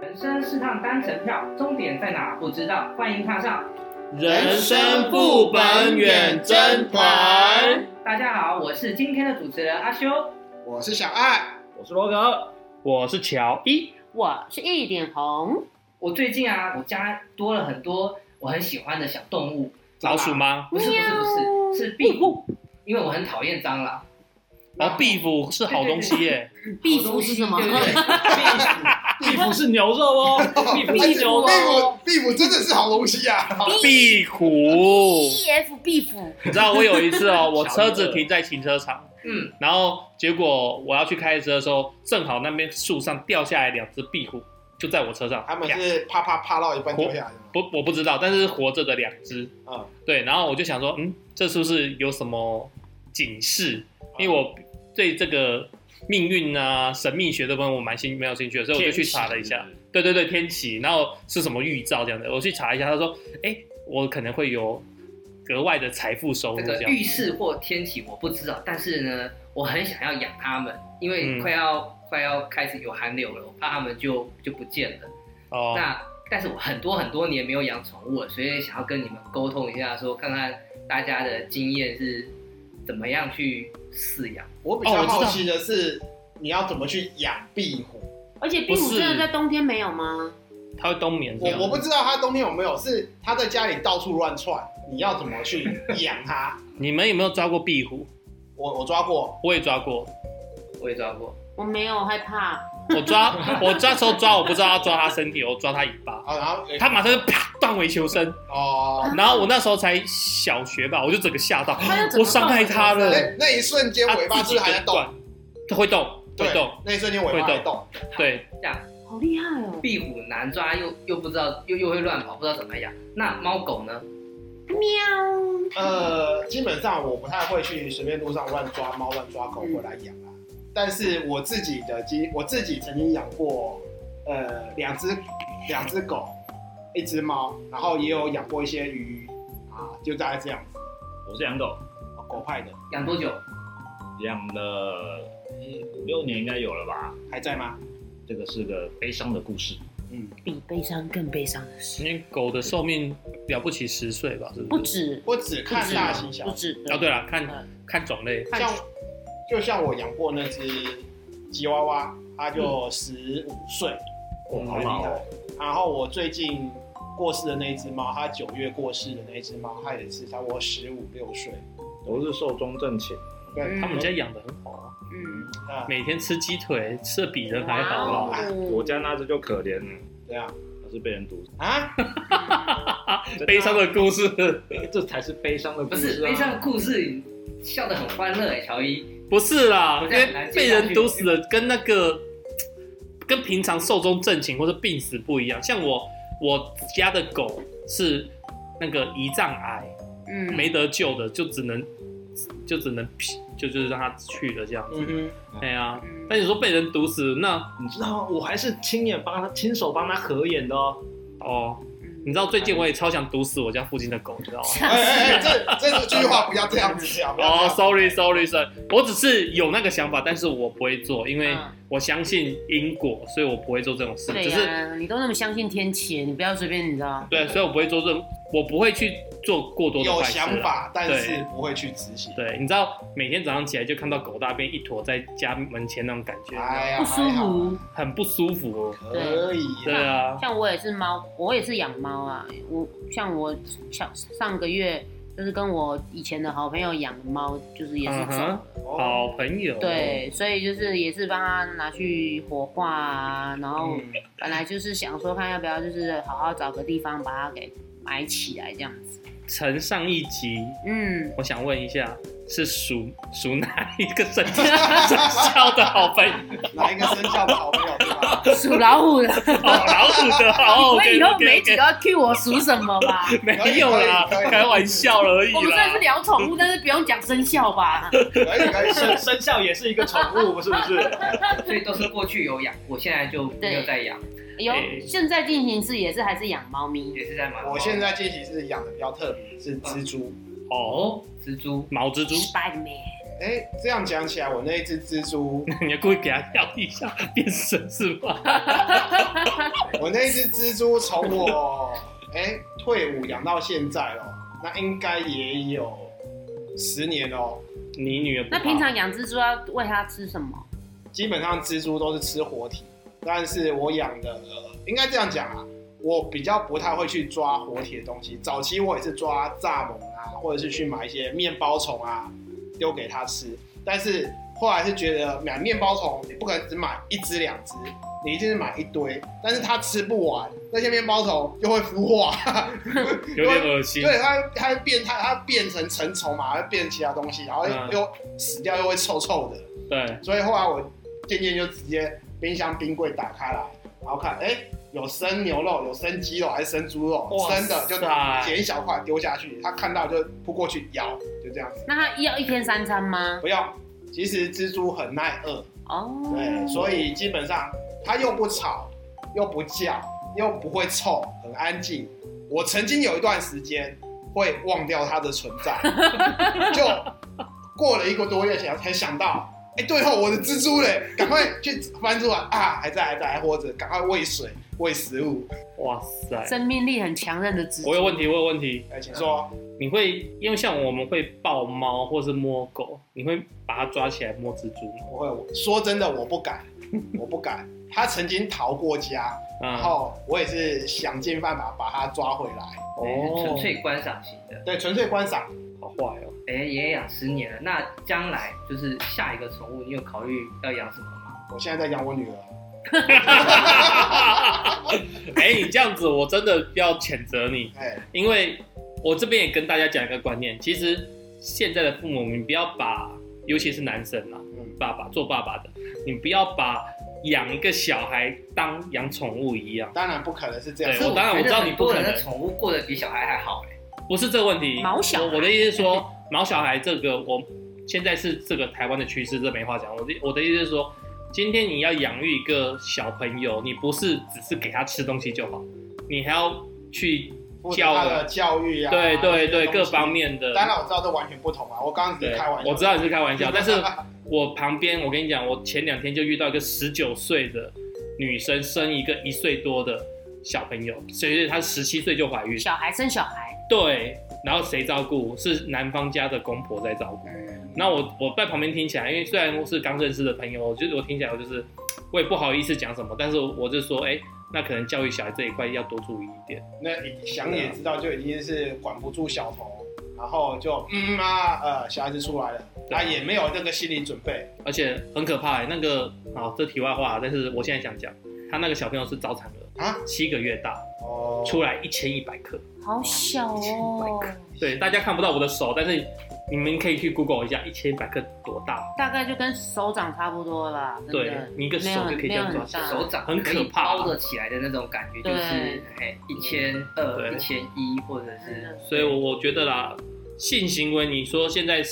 人生是趟单程票，终点在哪不知道，欢迎踏上。人生不本远征团。大家好，我是今天的主持人阿修。我是小爱，我是罗格，我是乔伊。我是一点红，我最近啊，我家多了很多我很喜欢的小动物，啊老鼠吗？不是不是不是是壁虎，因为我很讨厌蟑螂。哦，壁虎是好东西耶，壁虎是什么对？对嗯对壁 壁虎是牛肉 哦，壁虎是牛壁肉。虎，壁虎真的是好东西啊！壁虎， E F 壁虎，你知道我有一次 哦，我车子停在停车场，虎嗯，然后结果我要去开车的时候，正好那边树上掉下来两只壁虎，就在我车上。他们啪是啪啪啪到一半掉下 来的吗，不，我不知道，但是活着的两只。嗯对，然后我就想说，嗯，这是不是有什么警示？因为嗯我对这个命运啊、神秘学这方面我蛮兴没有兴趣的，所以我就去查了一下。对对对，天启，然后是什么预兆这样的，我去查一下，他说，哎，我可能会有额外的财富收入这这个样。浴室或天启我不知道，但是呢，我很想要养它们，因为嗯快要、快要开始有寒流了，我怕它们就就不见了。哦，那但是我很多很多年没有养宠物了，所以想要跟你们沟通一下说看看大家的经验是怎么样去饲养。哦我比较好奇的是，你要怎么去养壁虎？而且壁不虎是真的在冬天没有吗？它会冬眠这我样。我不知道它冬天有没有，是它在家里到处乱窜，你要怎么去养它？ 你们有没有抓过壁虎？我我抓过，我也抓过，我也抓过，我没有害怕，我抓我抓时候抓，我不知道要抓它身体，我抓它尾巴，哦，然后它马上就啪断尾求生。哦，然后我那时候才小学吧，我就整个吓到它又，怎么我伤害它了。哎那那一瞬间它尾巴是不是还在动？，它会动，会对动，，那一瞬间尾巴还会在动。对，好厉害哦！壁虎难抓又又不知道又又会乱跑，不知道怎么养。那猫狗呢？喵，呃，基本上我不太会去随便路上乱抓猫、乱抓狗回来养啊。但是我自己的经，我自己曾经养过，呃，两只两只狗，一只猫，然后也有养过一些鱼啊，就大概这样子，我是养狗，狗派的养多久？养了诶五六年应该有了吧。还在吗？这个是个悲伤的故事，比悲伤更悲伤的事，因为狗的寿命了不起十岁吧，是不不是？止，我只看大型小不，止。哦，对了，看嗯看种类，像就像我养过那只吉娃娃，它就十五岁，哦，好好厉老害哦。。然后我最近过世的那一只猫，它九月过世的那一只猫，它也是差不多十五六岁。我是寿终正寝，对，嗯他们家养的很好啊，嗯，啊，每天吃鸡腿，吃的比人还好哇啊。哦我家那只就可怜了，对啊，它是被人毒死。啊，啊悲伤的故事， 这才是悲伤的不故是事悲伤啊！的故事，笑得很欢乐哎，乔伊。不是啦，我因这样为很难接被下人去毒死了，跟那个跟平常寿终正寝或者病死不一样。像我我家的狗是那个胰脏癌， 嗯，没得救的，就只能就只能就就是让它去了这样子。嗯对啊，嗯，但你说被人毒死，那你知道吗？我还是亲眼帮它、亲手帮它合眼的哦。哦，嗯你知道最近我也超想毒死我家附近的狗，你知道吗？哼，哎哎哎，这这这句话不要这样子啊，不要这哦、样 s o r r y s o r r y s o r r y 我只是有那个想法，但是我不会做，因为嗯我相信因果，所以我不会做这种事。对只是呀，你都那么相信天启，你不要随便，你知道？对，所以我不会做任，我不会去做过多的有坏事啊想。法，但对是不会去执行。对，你知道每天早上起来就看到狗大便一坨在家门前那种感觉，哎呀，不舒服。很不舒服、哦。可以对啊，像我也是猫，我也是养猫啊。我像我上上个月就是跟我以前的好朋友养的猫，就是也是嗯走哼了。好哦朋友。对，所以就是也是帮他拿去火化啊，然后嗯本来就是想说看要不要就是好好找个地方把它给埋起来这样子。呈上一集，嗯，我想问一下，是属属哪一个生 生肖的好朋友？哪一个生肖的好朋友对吧？属 老虎的，哦，老虎的，好，所以以后哦 OK，OK，OK 每一集都要 cue 我属什么 吧。没有啦，可以可以可以开玩笑而已我们虽然啦是。聊宠物，但是不用讲生肖吧？可以可以，生生肖也是一个宠物，是不是？所以都是过去有养过，现在就没有在养， 有哎，现在进行式也是还是养猫咪。也是在忙。我现在近期是养的比较特别，是蜘蛛，哦，蜘蛛毛蜘蛛 Spiderman，哎、这样讲起来，我那一只蜘蛛，你故意给它掉地下变神是吧？我那一只蜘蛛从我哎、退伍养到现在哦，那应该也有十年哦。你女儿不怕那平常养蜘蛛要喂它吃什么？基本上蜘蛛都是吃活体，但是我养的、呃应该这样讲啊，我比较不太会去抓活体的东西。早期我也是抓蚱蜢啊，或者是去买一些面包虫啊，丢给它吃。但是后来是觉得买面包虫，你不可能只买一只两只，你一定是买一堆，但是它吃不完， 那些面包虫又会孵化，有点恶心，对它它会变它它变成成虫嘛，它会变其他东西，然后嗯又、死掉又会臭臭的。对，所以后来我渐渐就直接冰箱冰柜打开来，然后看，哎、有生牛肉，有生鸡肉还是生猪肉，哇生的就塞剪一小块丢下去，他看到就扑过去咬，就这样子。那它要一天三餐吗？不要，其实蜘蛛很耐饿，哦，对，所以基本上它又不吵，又不叫，又不会臭，很安静。我曾经有一段时间会忘掉它的存在，就过了一个多月前才想到，哎、对哦，我的蜘蛛嘞，赶快去翻出来啊，还在还在还活着，赶快喂水喂食物。哇塞！生命力很强韧的蜘蛛。我有问题，我有问题。哎、请说，你会因为像我们会抱猫或是摸狗，你会把它抓起来摸蜘蛛吗？我会说真的，我不敢，我不敢。它曾经逃过家，然啊、后我也是想尽办法把它抓回来。对哎纯哦，粹观赏型的。对，纯粹观赏。好坏哦。哎、也养十年了，那将来就是下一个宠物，你有考虑要养什么吗？我现在在养我女儿。 哎、你这样子，我真的要谴责你，哎、因为我这边也跟大家讲一个观念，其实现在的父母，你不要把，尤其是男生啊，嗯，爸爸做爸爸的，你不要把养一个小孩当养宠物一样，当然不可能是这样。对我当然我知道你不多可人能的宠物过得比小孩还好哎、不是这个问题。毛小孩我我的意思是说，毛小孩这个我现在是这个台湾的趋势，这没话讲。我的我的意思是说，今天你要养育一个小朋友，你不是只是给他吃东西就好，你还要去负责他的教育啊，对对对这些东各西方。面的。当然我知道这完全不同啊，我刚刚只对是开玩，笑。我知道你是开玩笑，但是我旁边，我跟你讲，我前两天就遇到一个十九岁的女生生一个一岁多的小朋友，所以她十七岁就怀孕，小孩生小孩，对，然后谁照顾？是男方家的公婆在照顾。嗯那我我在旁边听起来，因为虽然我是刚认识的朋友，我就是我听起来我就是我也不好意思讲什么，但是我就说，哎、那可能教育小孩这一块要多注意一点。 那想也知道，就已经是管不住小头，然后就嗯啊，呃，小孩子出来了，对他也没有那个心理准备。而且很可怕、欸，那个好，这题外话，但是我现在想讲，他那个小朋友是早产儿啊七个月大，哦，出来一千一百克。好小哦，对，大家看不到我的手，但是你们可以去 Google 一下，一千一百克多大？大概就跟手掌差不多啦。真的对你一个手就可以这样抓起没有很大手掌很可可以怕啊包得起来的那种感觉，就对是哎一千二、对一千一，或者是嗯所以我我觉得啦，性行为，你说现在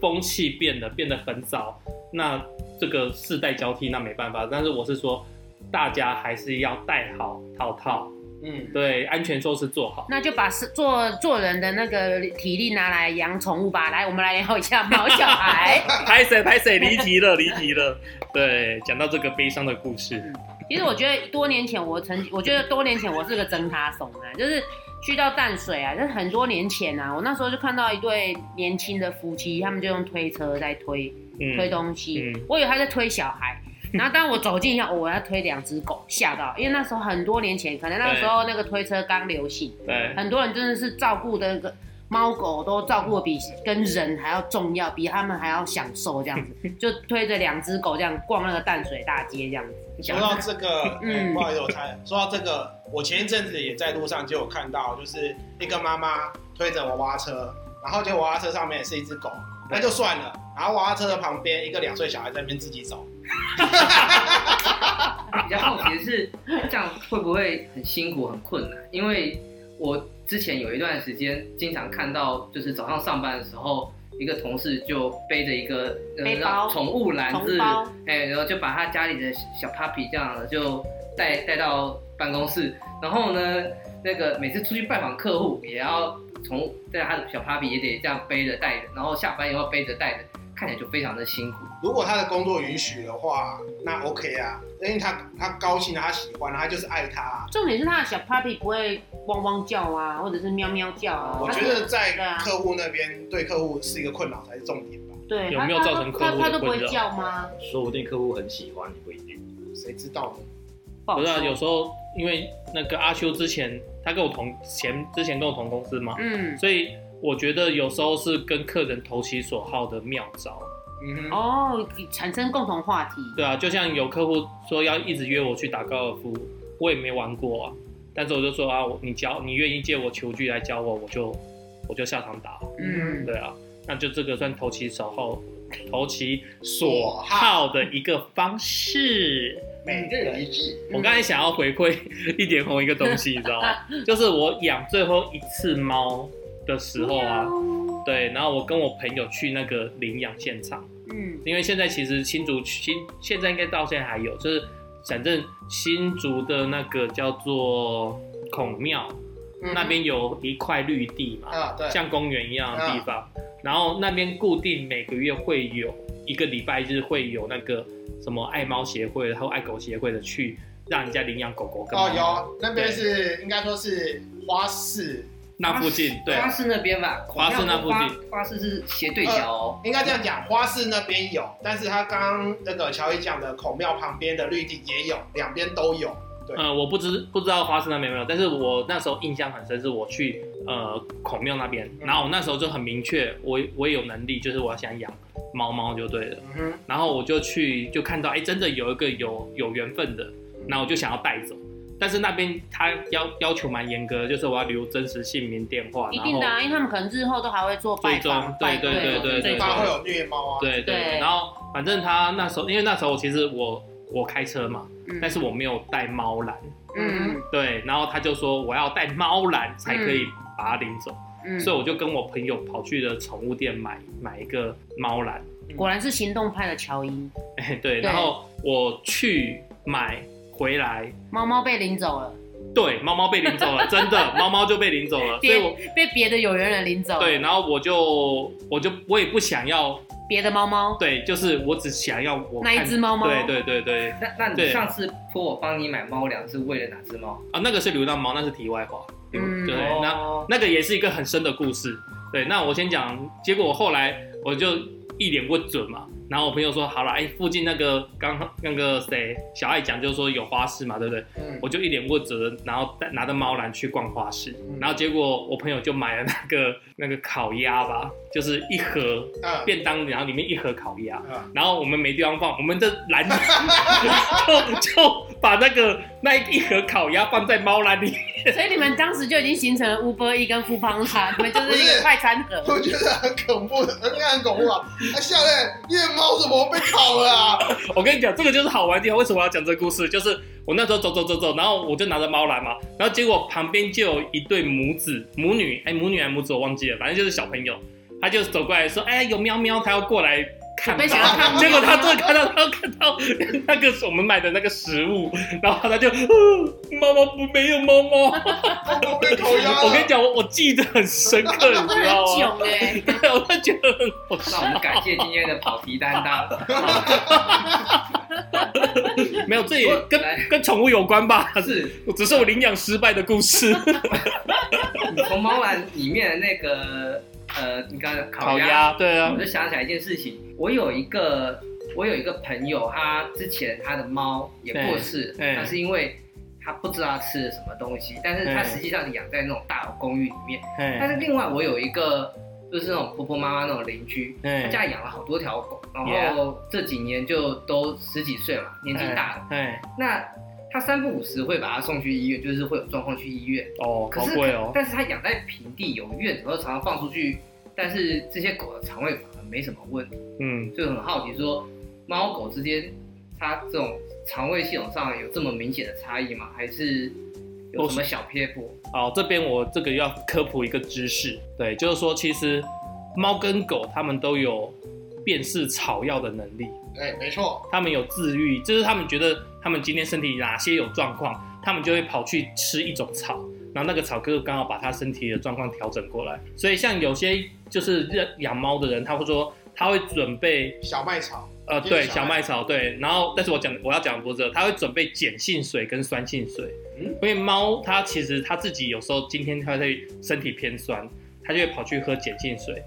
风气变了，变得很早，那这个世代交替，那没办法。但是我是说，大家还是要戴好套套，嗯，对，安全措施做好。那就把是做做人的那个体力拿来养宠物吧。来，我们来聊一下毛 小孩。啊拍谁拍 谁，离题了，离题了。对，讲到这个悲伤的故事，其实我觉得多年前我曾，我觉得多年前我是个真咖怂啊，就是去到淡水啊，就是很多年前啊，我那时候就看到一对年轻的夫妻，他们就用推车在推推嗯，东西，嗯我以为他在推小 孩。然后当我走近一下，哦我要推两只狗，吓到，因为那时候很多年前，可能那时候那个推车刚流行，对，很多人真的是照顾的那个猫狗都照顾的比跟人还要重要，比他们还要享受这样 子，就推着两只狗这样逛那个淡水大街这样子。说到这个，嗯嗯，不好意思，我猜，说到这个，我前一阵子也在路上就有看到，就是一个妈妈推着娃娃车，然后就娃娃车上面是一只狗，那就算了，然后娃娃车的旁边一个两岁小孩在那边自己走，比较好奇的是，这样会不会很辛苦、很困难？因为我之前有一段时间，经常看到，就是早上上班的时候，一个同事就背着一个呃背包那种宠物篮同子，胞，哎、然后就把他家里的小 puppy 这样的就带带到办公室，然后呢，那个每次出去拜访客户，也要从带他的小 puppy 也得这样背着带着，然后下班也要背着带着。看起来就非常的辛苦。如果他的工作允许的话，那 OK 啊，因为他他高兴啊，他喜欢啊，他就是爱他、啊。重点是他的小 puppy 不会汪汪叫啊，或者是喵喵叫啊。我它觉是得在对啊客户那边对客户是一个困扰才是重点吧，对，有它没有它造都成客它户它的都不困会扰叫吗？说不定客户很喜欢，也不一定。谁知道呢？不好不是、啊，说有时候因为那个阿修之前他跟我同前之前跟我同公司嘛，嗯，所以我觉得有时候是跟客人投其所好的妙招。嗯哼，哦，产生共同话题。对啊，就像有客户说要一直约我去打高尔夫，我也没玩过啊，但是我就说啊，我你教你愿意借我球具来教我，我就我就下场打。嗯，对啊，那就这个算投其所好，投其所好的一个方式。每日一句，我刚才想要回馈一点红一个东西，你知道吗？就是我养最后一次猫的时候啊，喵对，然后我跟我朋友去那个领养现场，嗯因为现在其实新竹新现在应该到现在还有，就是反正新竹的那个叫做孔庙、嗯那边有一块绿地嘛，啊，对，嗯像公园一样的地方，然后那边固定每个月会有一个礼拜日会有那个什么爱猫协会，然后爱狗协会的去让人家领养狗狗跟猫哦，猫，有那边是应该说是花市，那附近对啊花市那边吧，花市那附近近，花市是斜对角哦。应该这样讲，花市那边有，但是他刚刚那个乔伊讲的孔庙旁边的绿地也有，两边都有。呃，我不知不知道花市那边有没有，但是我那时候印象很深，是我去呃孔庙那边，嗯然后我那时候就很明确，我我也有能力，就是我想养猫猫就对了，嗯哼，然后我就去就看到，哎，真的有一个有有缘分的，那我就想要带走，但是那边他要要求蛮严格的，就是我要留真实姓名、电话，一然定后的、啊，因为他们可能日后都还会做拜最终访，对拜对会对对追对踪他会有虐猫啊，对对，对然后反正他那时候因为那时候我其实我我开车嘛，但是我没有带猫篮。嗯对，然后他就说我要带猫篮才可以把它领走，嗯，所以我就跟我朋友跑去了宠物店买买一个猫篮， 果然是行动派的乔伊，哎对，然后我去买回来，猫猫被领走了，对，猫猫被领走 了，真的，猫猫就被领走了，所以我别被别的有缘人领走了，对，然后我就我就我也不想要，别的猫猫，对，就是我只想要我那一看只猫猫对对对对那那你呃对上次托我帮你买猫粮是为了哪只猫？啊，那个是流浪猫，那是题外话，嗯对，哦那那个也是一个很深的故事。对，那我先讲，结果后来我就一脸不准嘛，然后我朋友说好了，哎、附近那个刚那个谁小爱讲，就是说有花市嘛，对不对？嗯，我就一脸不准，然后带拿着猫篮去逛花市，然后结果我朋友就买了那个 那个烤鸭吧，就是一盒嗯便当，然后里面一盒烤鸭。嗯然后我们没地方放，我们的篮子 就就把那个那一盒烤鸭放在猫篮里所以你们当时就已经形成了 Uber E 跟富邦 茶，你们就是一不是个快餐盒。我觉得很恐怖的，应该很恐怖啊！啊，下面夜猫怎么被烤了啊？我跟你讲，这个就是好玩的地方。为什么我要讲这个故事？就是我那时候走走走走，然后我就拿着猫篮嘛，然后结果旁边就有一对母子母女，哎，母女还是母子我忘记了，反正就是小朋友，他就走过来说，哎，有喵喵，他要过来看准备想要看猫。猫结果他真的看到，他看到那个我们买的那个食物，然后他就，呃猫猫不没有猫猫。我被烤鸭 了。我跟你讲，我我记得很深刻，你真知的很道吗？囧哎、对，我就觉得很好笑那我们感谢今天的跑题担当。 没有，这也跟来跟宠物有关吧？是只是我领养失败的故事。你从猫篮里面的那个呃，你刚刚讲烤烤鸭，嗯鸭，对啊我，就想起来一件事情。我有一个我有一个朋友，他之前他的猫也过世，对对那是因为他不知道吃了什么东西，但是他对实际上是养在那种大的公寓里面。但哎是另外我有一个就是那种婆婆妈妈那种邻居，他哎家里养了好多条狗，然后这几年就都十几岁嘛，年纪大了，哎那。他三不五时会把它送去医院，就是会有状况去医院。哦，可好是，贵哦，但是它养在平地有院子，然后常常放出去，但是这些狗的肠胃反而没什么问题，嗯，就很好奇说，猫狗之间它这种肠胃系统上有这么明显的差异吗？还是有什么小撇步？好，这边我这个要科普一个知识，对，就是说其实猫跟狗它们都有辨识草药的能力，哎，没错，它们有自愈，就是它们觉得它们今天身体哪些有状况，它们就会跑去吃一种草，然后那个草就刚好把它身体的状况调整过来。所以像有些就是认养猫的人，他会说他会准备小麦草，呃，就是对，小小麦麦草，对。然后，但是我讲我要讲的不是这个，它会准备碱性水跟酸性水。嗯因为猫它其实它自己有时候今天它会身体偏酸，它就会跑去喝碱性水，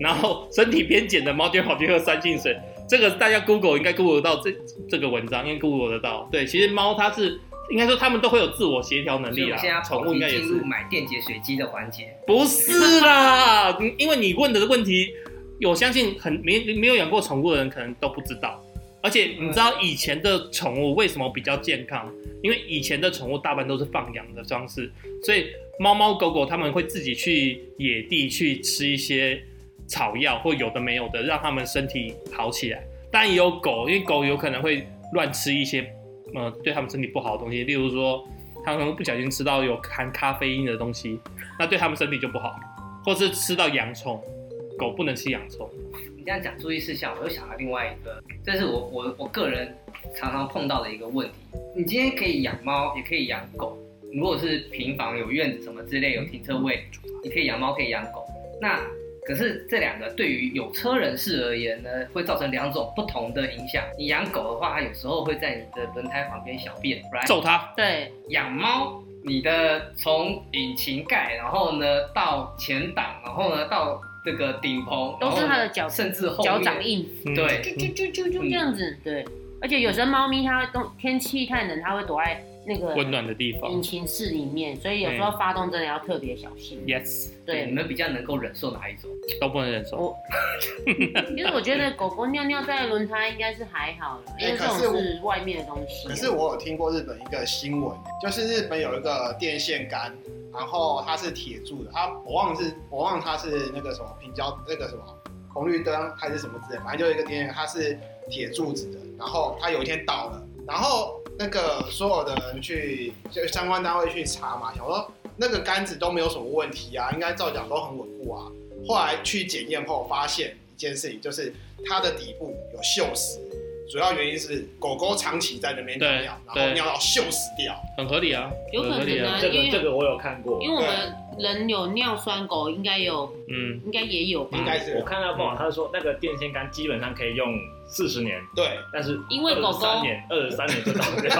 然 后身体偏碱的猫就会跑去喝酸性水。这个大家 Google 应该 Google 得到这这个文章，应该 Google 得到。对，其实猫它是应该说它们都会有自我协调能所以力我啦现在要，宠跑题物应该也进是入。买电解水机的环节。不是啦，你因为你问的问题，我相信很没没有养过宠物的人可能都不知道。而且你知道以前的宠物为什么比较健康？因为以前的宠物大半都是放养的方式，所以猫猫狗狗它们会自己去野地去吃一些草药或有的没有的，让它们身体好起来。当然也有狗，因为狗有可能会乱吃一些呃对它们身体不好的东西，例如说它可能不小心吃到有含咖啡因的东西，那对他们身体就不好，或是吃到洋葱，狗不能吃洋葱。你这样讲注意事项，我又想到另外一个，这是我我我个人常常碰到的一个问题。你今天可以养猫，也可以养狗。如果是平房有院子什么之类，有停车位，你可以养猫，可以养狗。那可是这两个对于有车人士而言呢，会造成两种不同的影响。你养狗的话，它有时候会在你的轮胎旁边小便，right？揍它， 对，养猫，你的从引擎盖，然后呢到前挡，然后呢到这个顶棚，都是它的脚然后甚至后面脚掌印，嗯对啾啾啾啾啾这样子，对。而且有时候猫咪它会冬天气太冷，它会躲在那个温暖的地引方。擎室里面，所以有时候发动真的要特别小心。 Yes，对，你对，们比较能够忍受哪一种？都不能忍受。因为我觉得狗狗尿尿在轮胎应该是还好了，因为这种是外面的东西。啊可是我有听过日本一个新闻，就是日本有一个电线杆，然后它是铁柱的，它我忘了是，我忘了它是那个什么平交那个什么红绿灯还是什么之类，反正就有一个电线杆，它是铁柱子的，然后它有一天倒了，然后那个所有的人去就相关单位去查嘛，想说那个杆子都没有什么问题啊，应该照讲都很稳固啊。后来去检验后发现一件事情，就是它的底部有锈蚀，主要原因是狗狗长期在那边尿对尿，然对后尿到锈蚀掉。很合理啊，有可能啊很合理嗯这因为个这个我有看过，因为我们人有尿酸，狗应该有，嗯，应该也有吧应？该是我看到报道，他说那个电线杆基本上可以用四十年，对，但是因为狗狗三年二十三年就倒掉。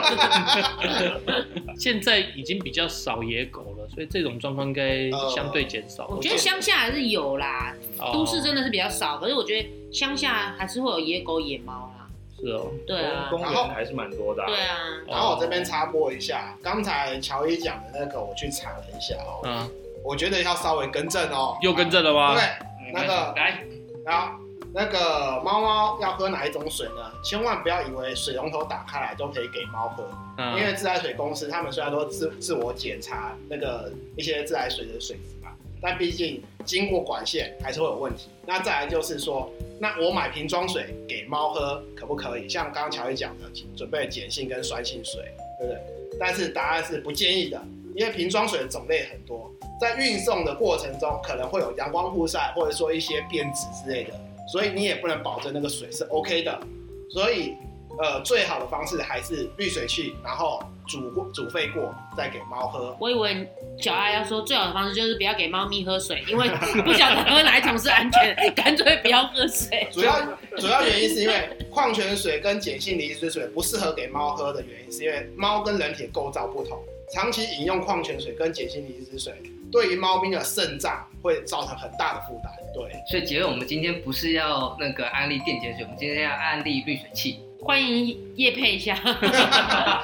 现在已经比较少野狗了，所以这种状况应该相对减少。我觉得乡下还是有啦，哦都市真的是比较少。可是我觉得乡下还是会有野狗、野猫啦。是哦， 对啊，公园还是蛮多的啊、对啊，然后我这边插播一下，刚才乔伊讲的那个，我去查了一下哦，啊，我觉得要稍微更正哦，又跟正了吗？对，嗯那个来，然后那个猫猫要喝哪一种水呢？千万不要以为水龙头打开来就可以给猫喝，嗯因为自来水公司他们虽然说自自我检查那个一些自来水的水质嘛，但毕竟经过管线还是会有问题。那再来就是说，那我买瓶装水给猫喝可不可以？像刚刚乔伊讲的，准备碱性跟酸性水，对不对？但是答案是不建议的，因为瓶装水的种类很多，在运送的过程中可能会有阳光曝晒，或者说一些变质之类的，所以你也不能保证那个水是 OK 的。所以，呃，最好的方式还是滤水器，然后煮过煮沸过再给猫喝。我以为小爱要说最好的方式就是不要给猫咪喝水，因为不晓得喝哪一种是安全， 干脆不要喝水。主要主要原因是因为矿泉水跟碱性离子水不适合给猫喝的原因，是因为猫跟人体构造不同，长期饮用矿泉水跟碱性离子水，对于猫咪的肾脏会造成很大的负担。对。所以结论我们今天不是要那个安利电解水，我们今天要安利滤水器。欢迎叶配一下，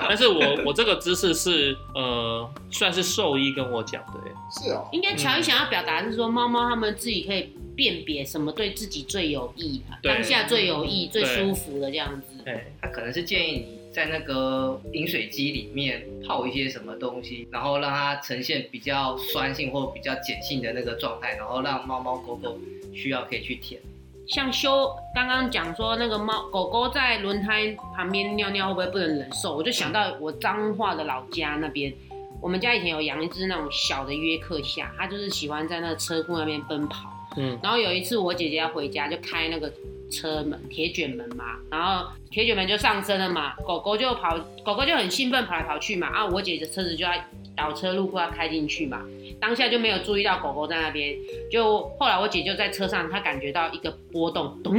但是我我这个姿势是呃，算是兽医跟我讲的耶，是哦， 应该乔伊想要表达是说，猫猫它们自己可以辨别什么对自己最有益啊，对当下最有益、最对舒服的这样子。对，他可能是建议你在那个饮水机里面泡一些什么东西，然后让它呈现比较酸性或比较碱性的那个状态，然后让猫猫狗狗需要可以去舔。像修刚刚讲说那个猫狗狗在轮胎旁边尿尿会不会不能忍受？我就想到我彰化的老家那边，我们家以前有养一只那种小的约克夏，它就是喜欢在那个车库那边奔跑。嗯然后有一次我姐姐要回家，就开那个车门铁卷门嘛，然后铁卷门就上升了嘛，狗狗就跑，狗狗就很兴奋跑来跑去嘛，啊，我姐的车子就要倒车入库要开进去嘛，当下就没有注意到狗狗在那边，就后来我姐就在车上，她感觉到一个波动，咚。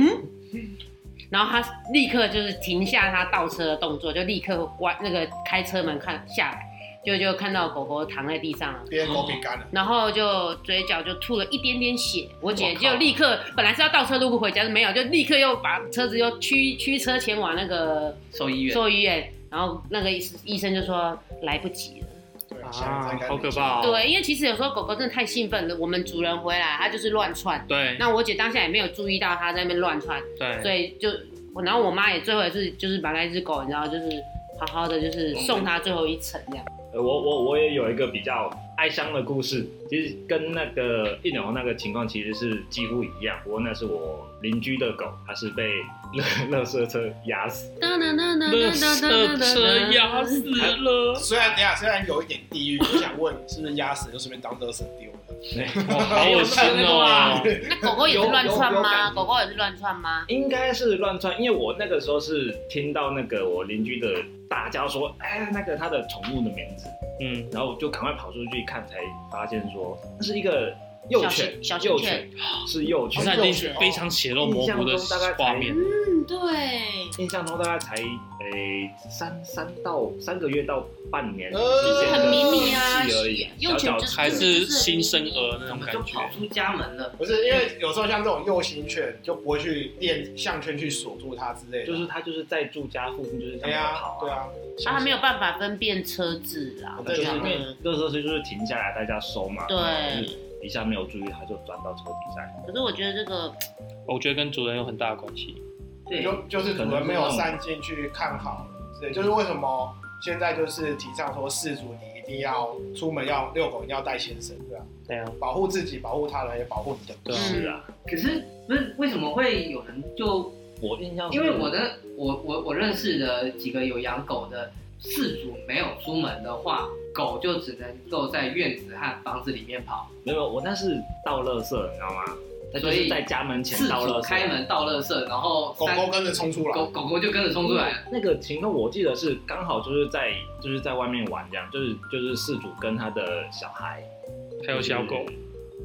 然后她立刻就是停下她倒车的动作，就立刻关那个开车门看下来，就就看到狗狗躺在地上了，别人狗饼干了。然后就嘴角就吐了一点点血，我我姐靠就立刻本来是要倒车入库回家，没有，就立刻又把车子又驱驱车前往那个兽医院，兽医院，然后那个医医生就说来不及了。对，啊现在才开始好可怕哦对，因为其实有时候狗狗真的太兴奋了，我们主人回来它就是乱窜，对那我姐当下也没有注意到它在那边乱窜，所对，以就我，然后我妈也最后也是就是把那只狗，你知道，就是好好的就是送它最后一程这样。哦呃，我我我也有一个比较哀伤的故事，其实跟那个一农那个情况其实是几乎一样，不过那是我邻居的狗，它是被 乐乐色车压死。哒哒哒哒乐哒哒色哒车压死了，虽然等一下虽然有一点地狱，我想问是不是压死就顺便当垃圾丢了？ 哇哦好恶心没有那么哦啊！那狗狗也是有有乱窜有感吗？觉狗狗也是乱窜吗？应该是乱窜，因为我那个时候是听到那个我邻居的大叫说，哎，那个他的宠物的名字，嗯，然后我就赶快跑出去看，才发现说那是一个幼小犬，型小型幼犬是幼犬现，在已经非常血肉模糊的画面，嗯，对。印象中大概才诶、三三到三个月到半年呃之间很的迷年你啊纪而已，幼小犬小就是还是新生儿那我种们感就觉跑。出家门了。不是，因为有时候像这种幼型犬就不会去练项圈去锁住它之类的，就是它就是在住家附近，就是这对样啊跑，对啊，啊，它没有办法分辨车子啦，就是因啊为嗯那时候就是停下来大家收嘛，对然后就是一下没有注意，它就钻到车底下。可是我觉得这个我觉得跟主人有很大的关系。对，就就是主人没有善尽去看好，对，就是为什么现在就是提倡说饲主你一定要出门要遛狗，一定要带先生，对啊，对啊，保护自己，保护他人，也保护你的狗。嗯对啊是啊，可是不是为什么会有人就我印象因中为我的我我我认识的几个有养狗的饲主没有出门的话，狗就只能够在院子和房子里面跑。没有，我那是倒垃圾，你知道吗？他就是在家门前饲倒主垃圾。啊开门倒垃圾，然后狗三狗跟着冲出来，狗狗狗就跟着冲出来了。那个情况我记得是刚好就是在就是在外面玩这样，就是就是事主跟他的小孩，还有小狗，，嗯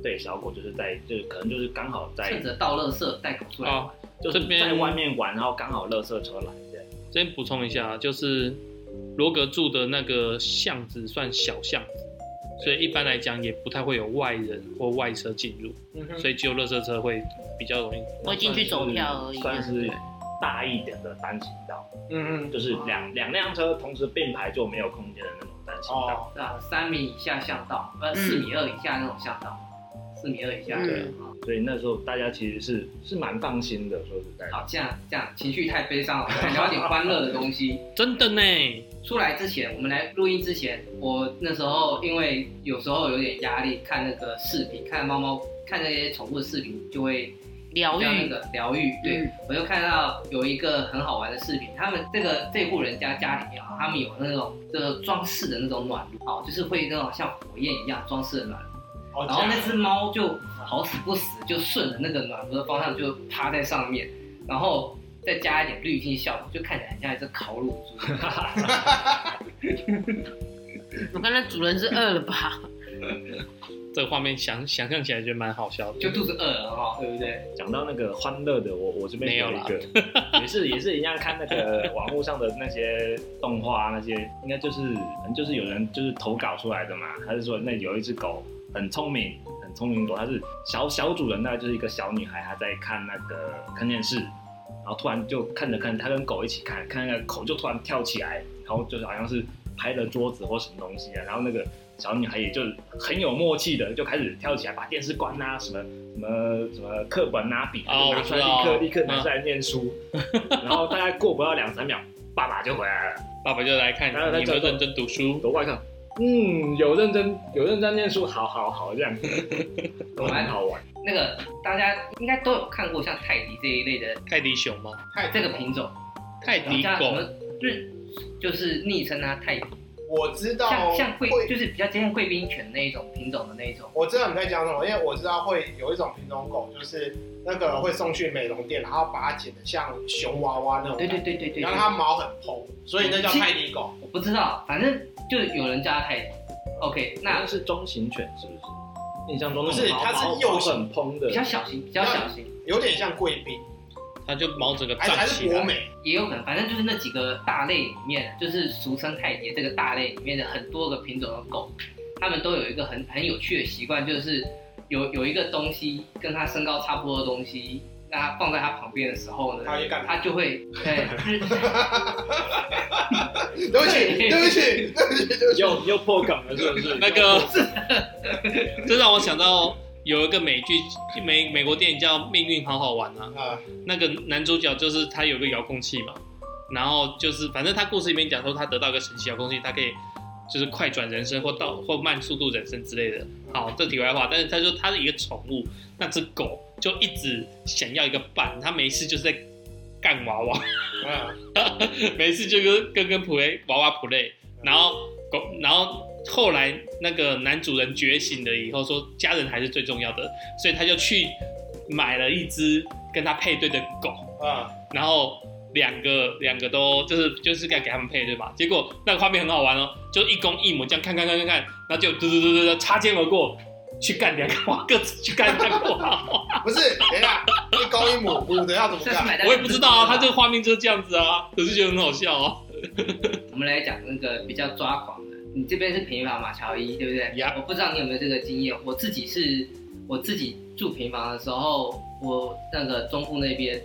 对小狗就是在就是可能就是刚好在趁着倒垃圾带狗出来玩，就是这边在外面玩，然后刚好垃圾车来这样。这边补充一下，就是罗格住的那个巷子算小巷子，所以一般来讲也不太会有外人或外车进入，嗯哼所以只有垃圾车会比较容易。会进去走跳而已。算是大一点的单行道，嗯哼，就是哦两两辆车同时并排就没有空间的那种单行道。哦，对吧？三米以下巷道，呃，嗯四米二以下那种巷道，四米二以下。哦对好所以那时候大家其实是是蛮放心的，说实在的。好，这样这样，情绪太悲伤了，我们来聊点欢乐的东西。真的呢，出来之前，我们来录音之前，我那时候因为有时候有点压力，看那个视频，看猫猫，看那些宠物的视频，就会疗比较那愈，个疗愈。对，嗯我就看到有一个很好玩的视频，他们这个这户人家家里面啊，他们有那种这个装饰的那种暖炉，哦，就是会那种像火焰一样装饰的暖炉。哦然后那只猫就好死不死，就顺着那个暖炉的方向就趴在上面，然后再加一点滤镜效果，就看起来很像一只烤乳猪。我刚才主人是饿了吧？这个画面想想象起来觉得蛮好笑的。就肚子饿了哈，对不对？讲到那个欢乐的，我我这边没有有一个， 也是也是一样看那 个网络上的那些动画啊那些，应该就是可能就是有人就是投稿出来的嘛，他是说那有一只狗很聪明，很聪明狗，它是小小主人，那就是一个小女孩，她在看那个看电视，然后突然就看着看着，她跟狗一起看，看那个狗就突然跳起来，然后就是好像是拍了桌子或什么东西啊，然后那个小女孩也就很有默契的就开始跳起来，把电视关啊，什么什么什么课本啊笔，哦就拿出我知来立道嗯刻立刻拿出来念书，然后大概过不到两三秒，爸爸就回来了，爸爸就来看然后你他有没有走认真读书。我外看。嗯，有认真有认真念书，好好好这样子， 都很好玩。那个大家应该都有看过像泰迪这一类的泰迪熊吗？太这个品种，泰迪叫什狗么日，就是昵称它泰迪。我知道像像贵会，就是比较接近贵宾犬那一种品种的那一种，我知道你在讲什么，因为我知道会有一种品种狗，就是那个会送去美容店，然后把它剪得像熊娃娃那种对感觉，对对对对然后对，它毛很蓬，所以那叫泰迪狗。我不知道，反正就有人叫它泰迪。OK，那那是中型犬是不是？印象中那种不是毛它是毛幼型很蓬的比，较小型，比较小型，有点像贵宾，它就毛整个还是还胀是起博来。美，也有可能，反正就是那几个大类里面，就是俗称泰迪这个大类里面的很多个品种的狗，它们都有一个很很有趣的习惯，就是有有一个东西跟它身高差不多的东西，那它放在它旁边的时候呢，它会干它嘛就会， 对， 就是对不起，对不起，对不起，对不起。 又又破梗了 是不是？那个， 这让我想到有一个美剧，美美国电影叫《命运好好玩》啊，啊，那个男主角就是他有一个遥控器嘛，然后就是反正他故事里面讲说他得到一个神奇遥控器，他可以就是快转人生或到或慢速度人生之类的。好，这题外话，但是他说他是一个宠物，那只狗就一直想要一个伴，他没事就是在干娃娃，嗯，没事就跟跟跟 play 娃娃 play，然后狗，然后后来那个男主人觉醒了以后说家人还是最重要的，所以他就去买了一只跟他配对的狗。啊，然后两个 两个都就是就是该给他们配对吧？结果那个画面很好玩哦，就一公一母这样看看看看看，然后就嘟嘟嘟嘟嘟擦肩而过，去干两个娃，各自 去干两个 娃。不是，等一下，一公一母，母的要怎么这是干？买单。我也不知道啊，他这个画面就是这样子啊，可是觉得很好笑哦。我们来讲那个比较抓狂的，你这边是平房嘛，乔嗯伊，对不对 Yup 我不知道你有没有这个经验，我自己是，我自己住平房的时候，我那个中部那边，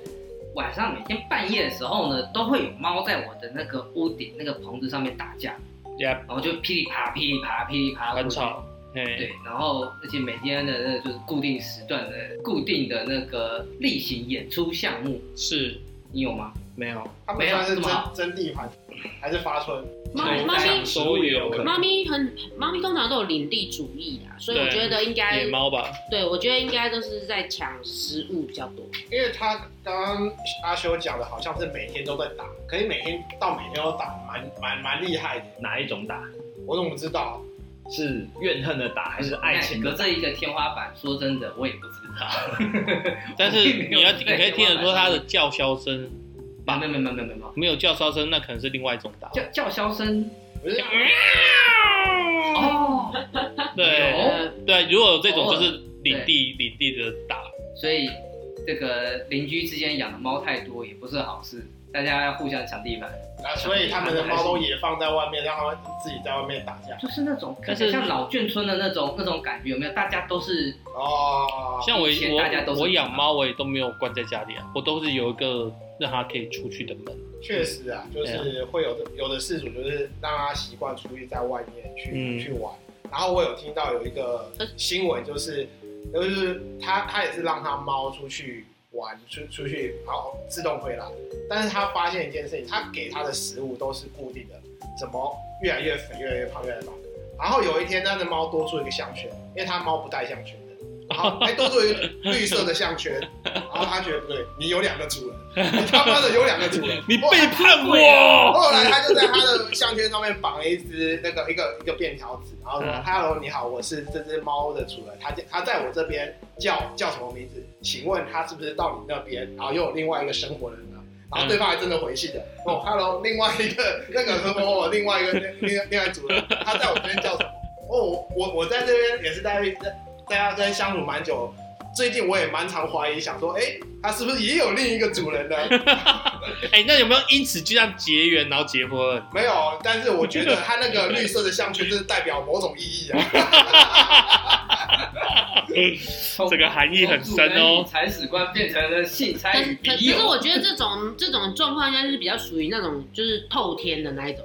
晚上每天半夜的时候呢，都会有猫在我的那个屋顶那个棚子上面打架， Yup 然后就噼里啪噼里啪噼里啪，很吵。哎，对，然后而且每天的那个就是固定时段的固定的那个例行演出项目，是你有吗？没有，他们算是没有这么好真真地盘，还是发春？猫对猫咪都有可能猫咪很，猫咪通常都有领地主义啦，所以我对觉得应该野，猫吧？对我觉得应该都是在抢食物比较多。因为他刚刚阿修讲的好像是每天都在打，可以每天到每天都打，蛮蛮蛮厉害的。哪一种打？我怎么知道？是怨恨的打还是爱情的隔着一个天花板，说真的，我也不知道。但是你要你可以听得出它的叫嚣声，没有没有没有没有没有没有，没有叫嚣声那可能是另外一种打。叫叫嚣声不是，哦，啊对呃有，对，如果有这种就是领地领地的打。所以这个邻居之间养的猫太多也不是好事，大家要互相抢地盘，啊，所以他们的猫都也放在外面，让他们自己在外面打架。就是那种但感是觉像老眷村的那种那种感觉，有没有？大家都是哦，像我以前大家都我是我养猫，我也都没有关在家里啊，我都是有一个让它可以出去的门。确实啊，就是会有的有的事主就是让他习惯出去在外面去、嗯去玩。然后我有听到有一个新闻，就是就是他他也是让他猫出去玩，出出去然后自动回来，但是他发现一件事情，他给他的食物都是固定的，怎么越来越肥，越来越胖，越来越胖。然后有一天，那只猫多出一个项圈，因为它猫不戴项圈的，然后还多出一个绿色的项圈，然后他觉得不对，你有两个主人，你他妈的有两个主人，你哇背叛贵哦啊我！后来他就在他的项圈上面绑了一只那个一个一个便条纸，然后说嗯：“Hello，你好，我是这只猫的主人，它叫它在我这边叫叫什么名字？请问它是不是到你那边？然后又有另外一个生活的人呢？”然后对方还真的回信的，哦，Hello，另外一个那个什么，我另外一个另另另外主人，他在我这边叫什么？哦，我我我在这边也是待在大家跟相处蛮久，最近我也蛮常怀疑，想说，哎，他是不是也有另一个主人呢？哎、那有没有因此就这样结缘然后结婚？没有，但是我觉得它那个绿色的项圈就是代表某种意义啊。从这个含义很深从主人与哦。哎铲屎官变成了性差可与可可笔是友。我觉得这种这种状况应该是比较属于那种就是透天的那一种，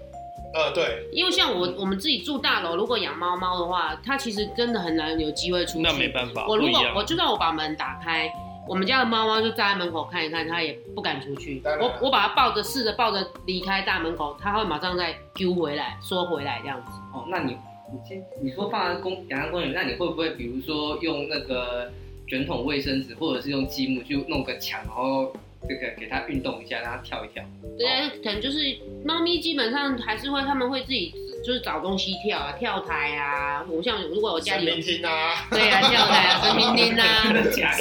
呃，对，因为像我我们自己住大楼，如果养猫猫的话，它其实真的很难有机会出去。那没办法，不我如一果样我。就算我把门打开，我们家的猫猫就站在门口看一看，它也不敢出去当。然我我把它抱着，试着抱着离开大门口，它会马上再揪回来，缩回来这样子。哦，那你你先你说放在公养在公园，那你会不会比如说用那个卷筒卫生纸，或者是用积木去弄个墙，然后这个给哦它运动一下，让它跳一跳？ 对，可能就是猫咪基本上还是会，他们会自己就是找东西跳啊，跳台啊。我像如果我家神哦里有明厅啊，对啊，跳台啊，神 明厅啊，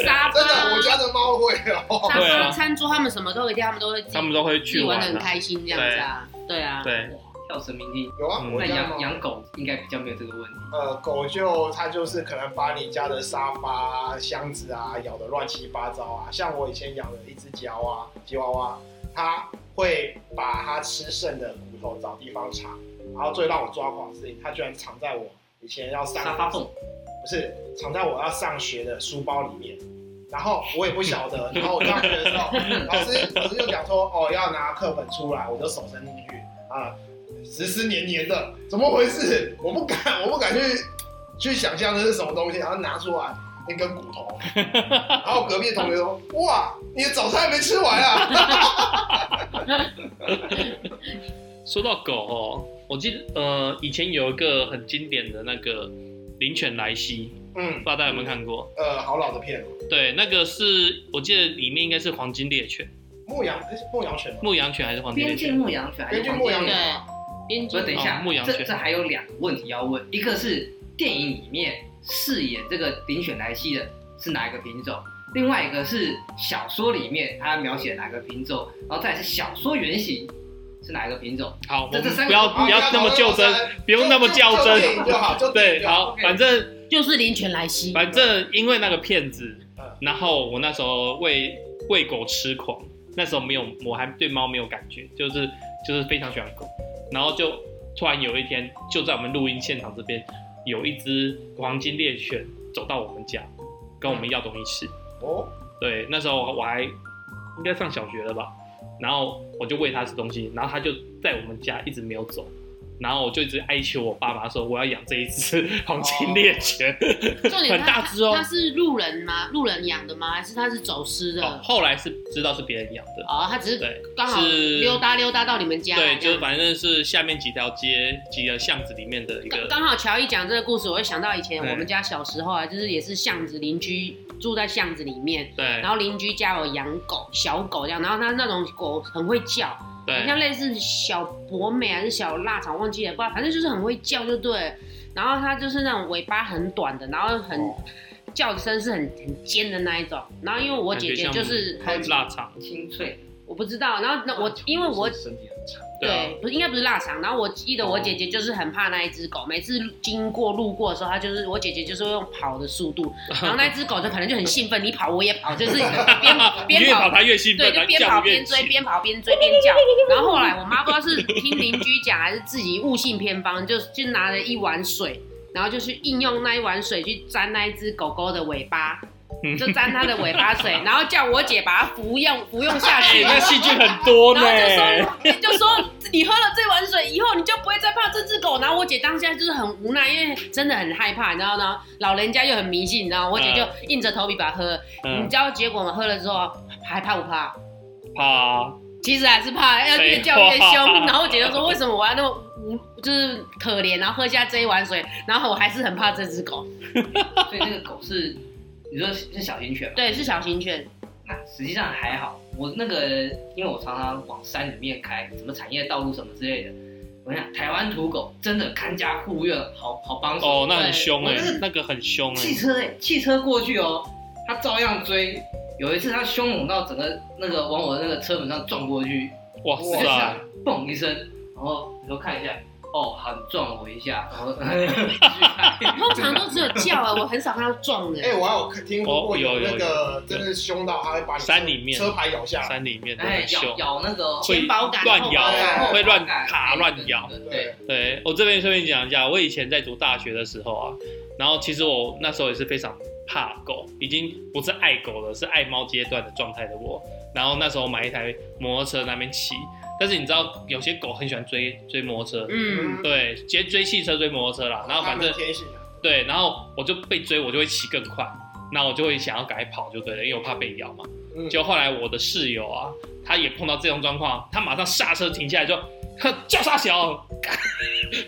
沙真的，发我啊。家的猫会哦。沙对发、啊餐桌，他们什么都会跳，他们都会自己他们都会自去己玩玩的很啊。开心这样子啊，对啊，对跳神明梯。有啊，嗯我那家的养猫养狗应该比较没有这个问题。呃，狗就它就是可能把你家的沙发、箱子啊咬得乱七八糟啊。像我以前养了一只吉娃娃，吉娃娃，它会把它吃剩的骨头找地方藏。然后最让我抓狂的事情，它居然藏在我以前要上沙发缝，不是藏在我要上学的书包里面，然后我也不晓得，然后我上学的时候，老师老师就讲说，哦，要拿课本出来，我就手伸进去啊，湿湿黏黏的，怎么回事？我不敢，我不敢去去想象这是什么东西，然后拿出来一根骨头，然后隔壁的同学说，哇，你的早餐还没吃完啊？说到狗哦，我记得呃以前有一个很经典的那个《灵犬莱西》，不嗯知，道大家有没有看过？呃，好老的片哦，对，那个是我记得里面应该是黄金猎犬、牧羊是牧羊犬吗？牧羊犬还是黄金猎边境犬？牧羊犬还根是据黄牧金羊猎犬犬？啊，边不境是，等一哦下，牧羊犬这这还有两个问题要问，一个是电影里面饰演这个林犬来戏的是哪一个品种，另外一个是小说里面他描写哪个品种，然后再来是小说原型是哪一个品种。好，我这们这三不个要狗不要那么较真，不用那么较就电真。影就好，就电影对，就好好， OK 反正就是林泉来袭，反正因为那个骗子嗯，然后我那时候为为狗痴狂，那时候没有我还对猫没有感觉，就是就是非常喜欢狗，然后就突然有一天就在我们录音现场这边有一只黄金猎犬走到我们家，跟嗯我们要东西吃。哦，对，那时候我还应该上小学了吧，然后我就喂它吃东西，然后它就在我们家一直没有走，然后我就一直哀求我爸妈说我要养这一只黄金猎 犬，重点很大只哦他是路人吗？路人养的吗？还是他是走私的？哦后来是知道是别人养的，哦，他只啊是对，刚好是溜达溜达到你们家来这对，样，就是反正是下面几条街几个巷子里面的一刚个，刚好乔一讲这个故事，我就想到以前对我们家小时候啊，就是也是巷子邻居住在巷子里面，对然后邻居家有养狗，小狗这样，然后它那种狗很会叫，很对像类似小博美还是小腊肠，忘记了，不知道，反正就是很会叫，就对了。然后它就是那种尾巴很短的，然后很、哦叫声是很很尖的那一种。然后因为我姐姐就是很很腊肠，清脆，我不知道，然后那我因为我身体很长，对啊哦对，不是应该不是腊肠。然后我记得我姐姐就是很怕那一只狗，每次经过路过的时候，她就是我姐姐就是会用跑的速 度，然后那只狗就可能就很兴奋，你跑我也跑，就是边边越跑跑它越兴对，奋，就它边叫跑得越边追，急边跑边追边叫。然后后来我妈不知道是听邻居讲还是自己悟性偏方，就就拿了一碗水，然后就去应用那一碗水去沾那一只狗狗的尾巴嗯。就沾它的尾巴水，然后叫我姐把它服用服用下哎去，那细菌欸很多呢，然后就说就说你喝了这碗水以后，你就不会再怕这只狗。然后我姐当下就是很无奈，因为真的很害怕，你知道吗？老人家又很迷信，你知道吗？我姐就硬着头皮把它喝了。你嗯，知道结果吗？喝了之后还怕不怕？怕啊其实还是怕，要越叫越废话凶。然后我姐就说：“为什么我要那么无，就是可怜，然后喝下这一碗水，然后我还是很怕这只狗。所以那个狗是你说是小型犬”吗？对，是小型犬。那实际上还好，我那个因为我常常往山里面开，什么产业道路什么之类的。我想台湾土狗真的看家护院好好帮手哦，那很凶哎对我那，个那个很凶哎汽，车欸汽车过去哦，他照样追。有一次他凶猛到整个那个往我那个车门上撞过去，哇啊我就塞想！嘣一声，然后你说看一下，哦，很撞我一下，然后 继续 开通常都只有叫啊，我很少看到撞的。哎、我还有听说哦过有有有那个真的是凶到他会把你山里面车牌咬下来，山里面的哎很咬凶，咬那个会前保感乱后咬保感，会乱卡卡乱咬。对，对，对我这边顺便讲一下，我以前在读大学的时候啊，然后其实我那时候也是非常怕狗，已经不是爱狗了，是爱猫阶段的状态的我。然后那时候买一台摩托车那边骑，但是你知道有些狗很喜欢追追摩托车， 嗯，对，接追汽车追摩托车啦。然后反他们正天性啊，对，然后我就被追，我就会骑更快，那我就会想要赶快跑就对了，因为我怕被咬嘛。嗯就后来我的室友啊，他也碰到这种状况，他马上刹车停下来就，哼，叫傻小，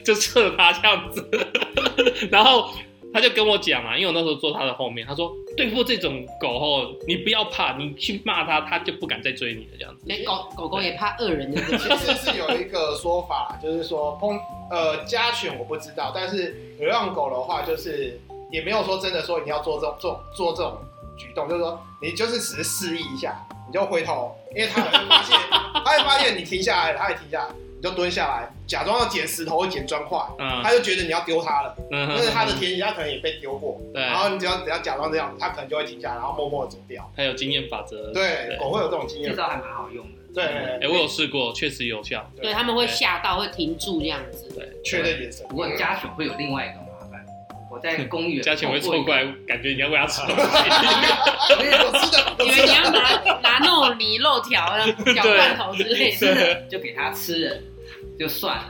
就射他这样子，然后他就跟我讲啊，因为我那时候坐他的后面，他说对付这种狗后，你不要怕，你去骂它，它就不敢再追你了这样子。所以狗狗狗也怕恶人，对不其实是有一个说法，就是说烹呃家犬我不知道，但是流浪狗的话，就是也没有说真的说你要做这种做做这种举动，就是说你就是只是示意一下，你就回头，因为它可能会发现，它会发现你停下来了，它也停下来，你就蹲下来，假装要捡石头、捡砖块，嗯它就觉得你要丢它了，嗯，那是它的天性，它可能也被丢过，对，然后你只要只要假装这样，它可能就会停下来，然后默默的走掉。还有经验法则。对，狗会有这种经这验。招还蛮好用的。对，哎、我有试过，确实有效。对他们会吓到，会停住这样子。对，确认 眼神。不过家犬会有另外一个麻烦，我在公园加钱会凑过来，感觉你要喂它吃东西。我有吃的，有以为吃你的。要拿拿那种泥肉条、啊搅罐头之类的，对， 就给它吃了，就算了。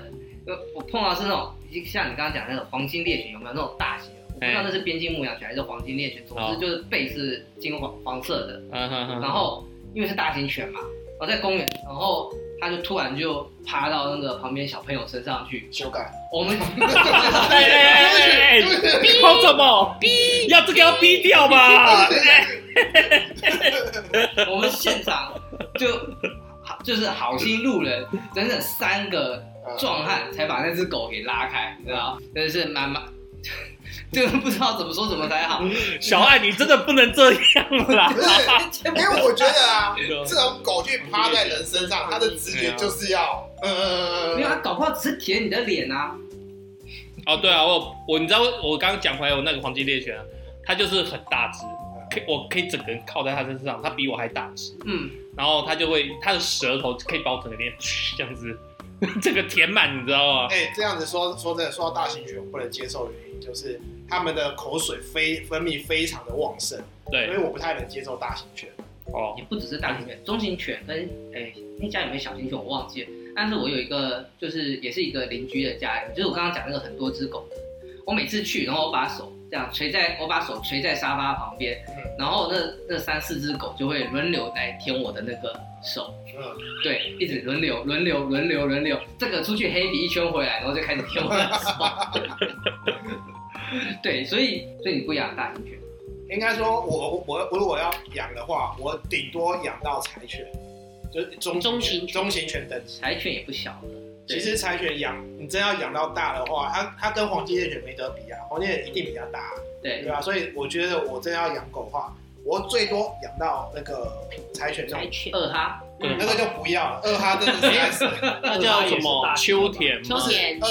呃我碰到是那种，像你刚刚讲那种黄金猎犬，有没有那种大型的？我不知道那是边境牧羊犬还是黄金猎犬，总哦之就是背是金黄黄色的，嗯哼哼然后因为是大型犬嘛，我在公园，然后它就突然就趴到那个旁边小朋友身上去，修改，我们 哎哎哎哎，跑什么？逼，要这个要逼掉吧？我们现场就就是好心路人，整整三个嗯壮汉才把那只狗给拉开，你知道吗？真的是蛮蛮， 就是不知道怎么说怎么才好。小爱，你真的不能这样啦不！是，因为我觉得 啊，对这种狗去趴在人身上，它的直觉就是要，呃没有，他，啊搞不好只是舔你的脸啊。哦，对啊，我我你知道我刚刚讲回来，我那个黄金猎犬啊，它就是很大只，可以我可以整个人靠在它身上，它比我还大只，嗯，然后它就会它的舌头可以把我整个脸这样子，这个填满，你知道吗？哎，这样子说说真的，说到大型犬，我不能接受的原因就是它们的口水非分泌非常的旺盛，所以对，我不太能接受大型犬。哦，也不只是大型犬，中型犬跟诶、那家有没有小型犬我忘记了。但是我有一个就是也是一个邻居的家里，就是我刚刚讲那个很多只狗的。我每次去，然后我把手这样垂在，我把手垂在沙发旁边嗯，然后那那三四只狗就会轮流来舔我的那个手。嗯，对，一直轮流轮流轮流轮流，这个出去黑皮一圈回来，然后就开始舔我的手。对，所以所以你不养大型犬，应该说我，我我我如果要养的话，我顶多养到柴犬，就是中中型犬中型犬等级。柴犬也不小了。对其实柴犬养，你真要养到大的话，它它跟黄金猎犬没得比啊，黄金猎犬一定比较大啊、对对，吧、所以我觉得我真要养狗的话，我最多养到那个柴犬那柴种，犬。二哈，嗯那个就不要了。二哈真的是该死，那叫什么？秋田秋吗？田二，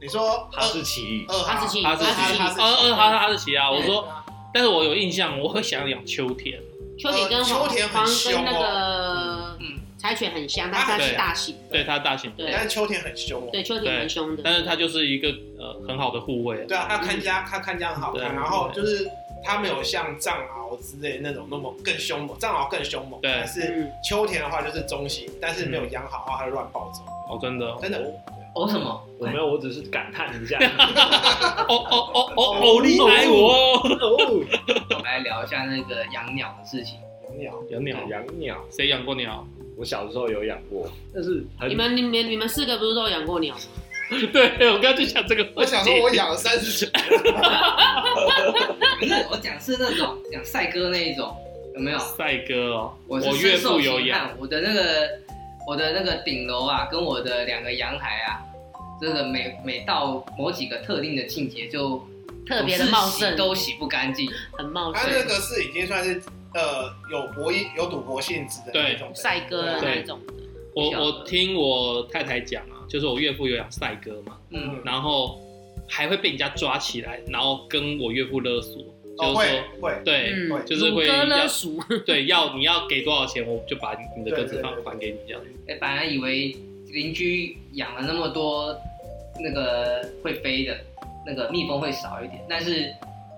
你说哈二士奇，二哈哈士奇，哈士奇哈士哦哦，哈士哈士奇啊！我对说，但是我有印象，我会想养秋田。奇，呃秋田跟黄秋田黄很凶哦跟那个嗯柴犬很像，但是它是大型的。对它大型，对但是秋天很凶哦。对，秋田蛮凶的。但是它就是一个呃很好的护卫。对啊，它看家，它看家很好对看，然后就是它没有像藏獒啊之类那种那么更凶猛，藏獒更凶猛，对但是嗯，秋田的话就是中型，但是没有养好的话，它会乱暴走，哦，真的哦，真的。哦什么？我没有，我只是感叹一下。 哦哦哦哦，欧力来我哦，我们来聊一下那个养鸟的事情。养鸟，养鸟，养鸟，谁养过鸟？ 我小时候有养过，但是很你们你们你们四个不是都养过鸟吗？对我刚刚就想这个我问题。想说，我养了三十年，不是，我讲是那种讲帅哥那一种，有没有？赛哥哦，我我是岳深受父有其养，害，我的那个我的那个顶楼啊，跟我的两个阳台啊，这个每每到某几个特定的季节就特别的茂总是洗盛，都洗不干净。很茂它盛。那个是已经算是呃有博弈有赌博性质的那种帅哥的那种，我小我听我太太讲啊，就是我岳父有养赛哥嘛，嗯，然后还会被人家抓起来，然后跟我岳父勒索，就是说哦会会，对嗯，就是乳会鸽要勒鼠， 对要你要给多少钱，我就把你的鸽子放对对对还给你这样子。哎、本来以为邻居养了那么多那个会飞的那个蜜蜂会少一点，但是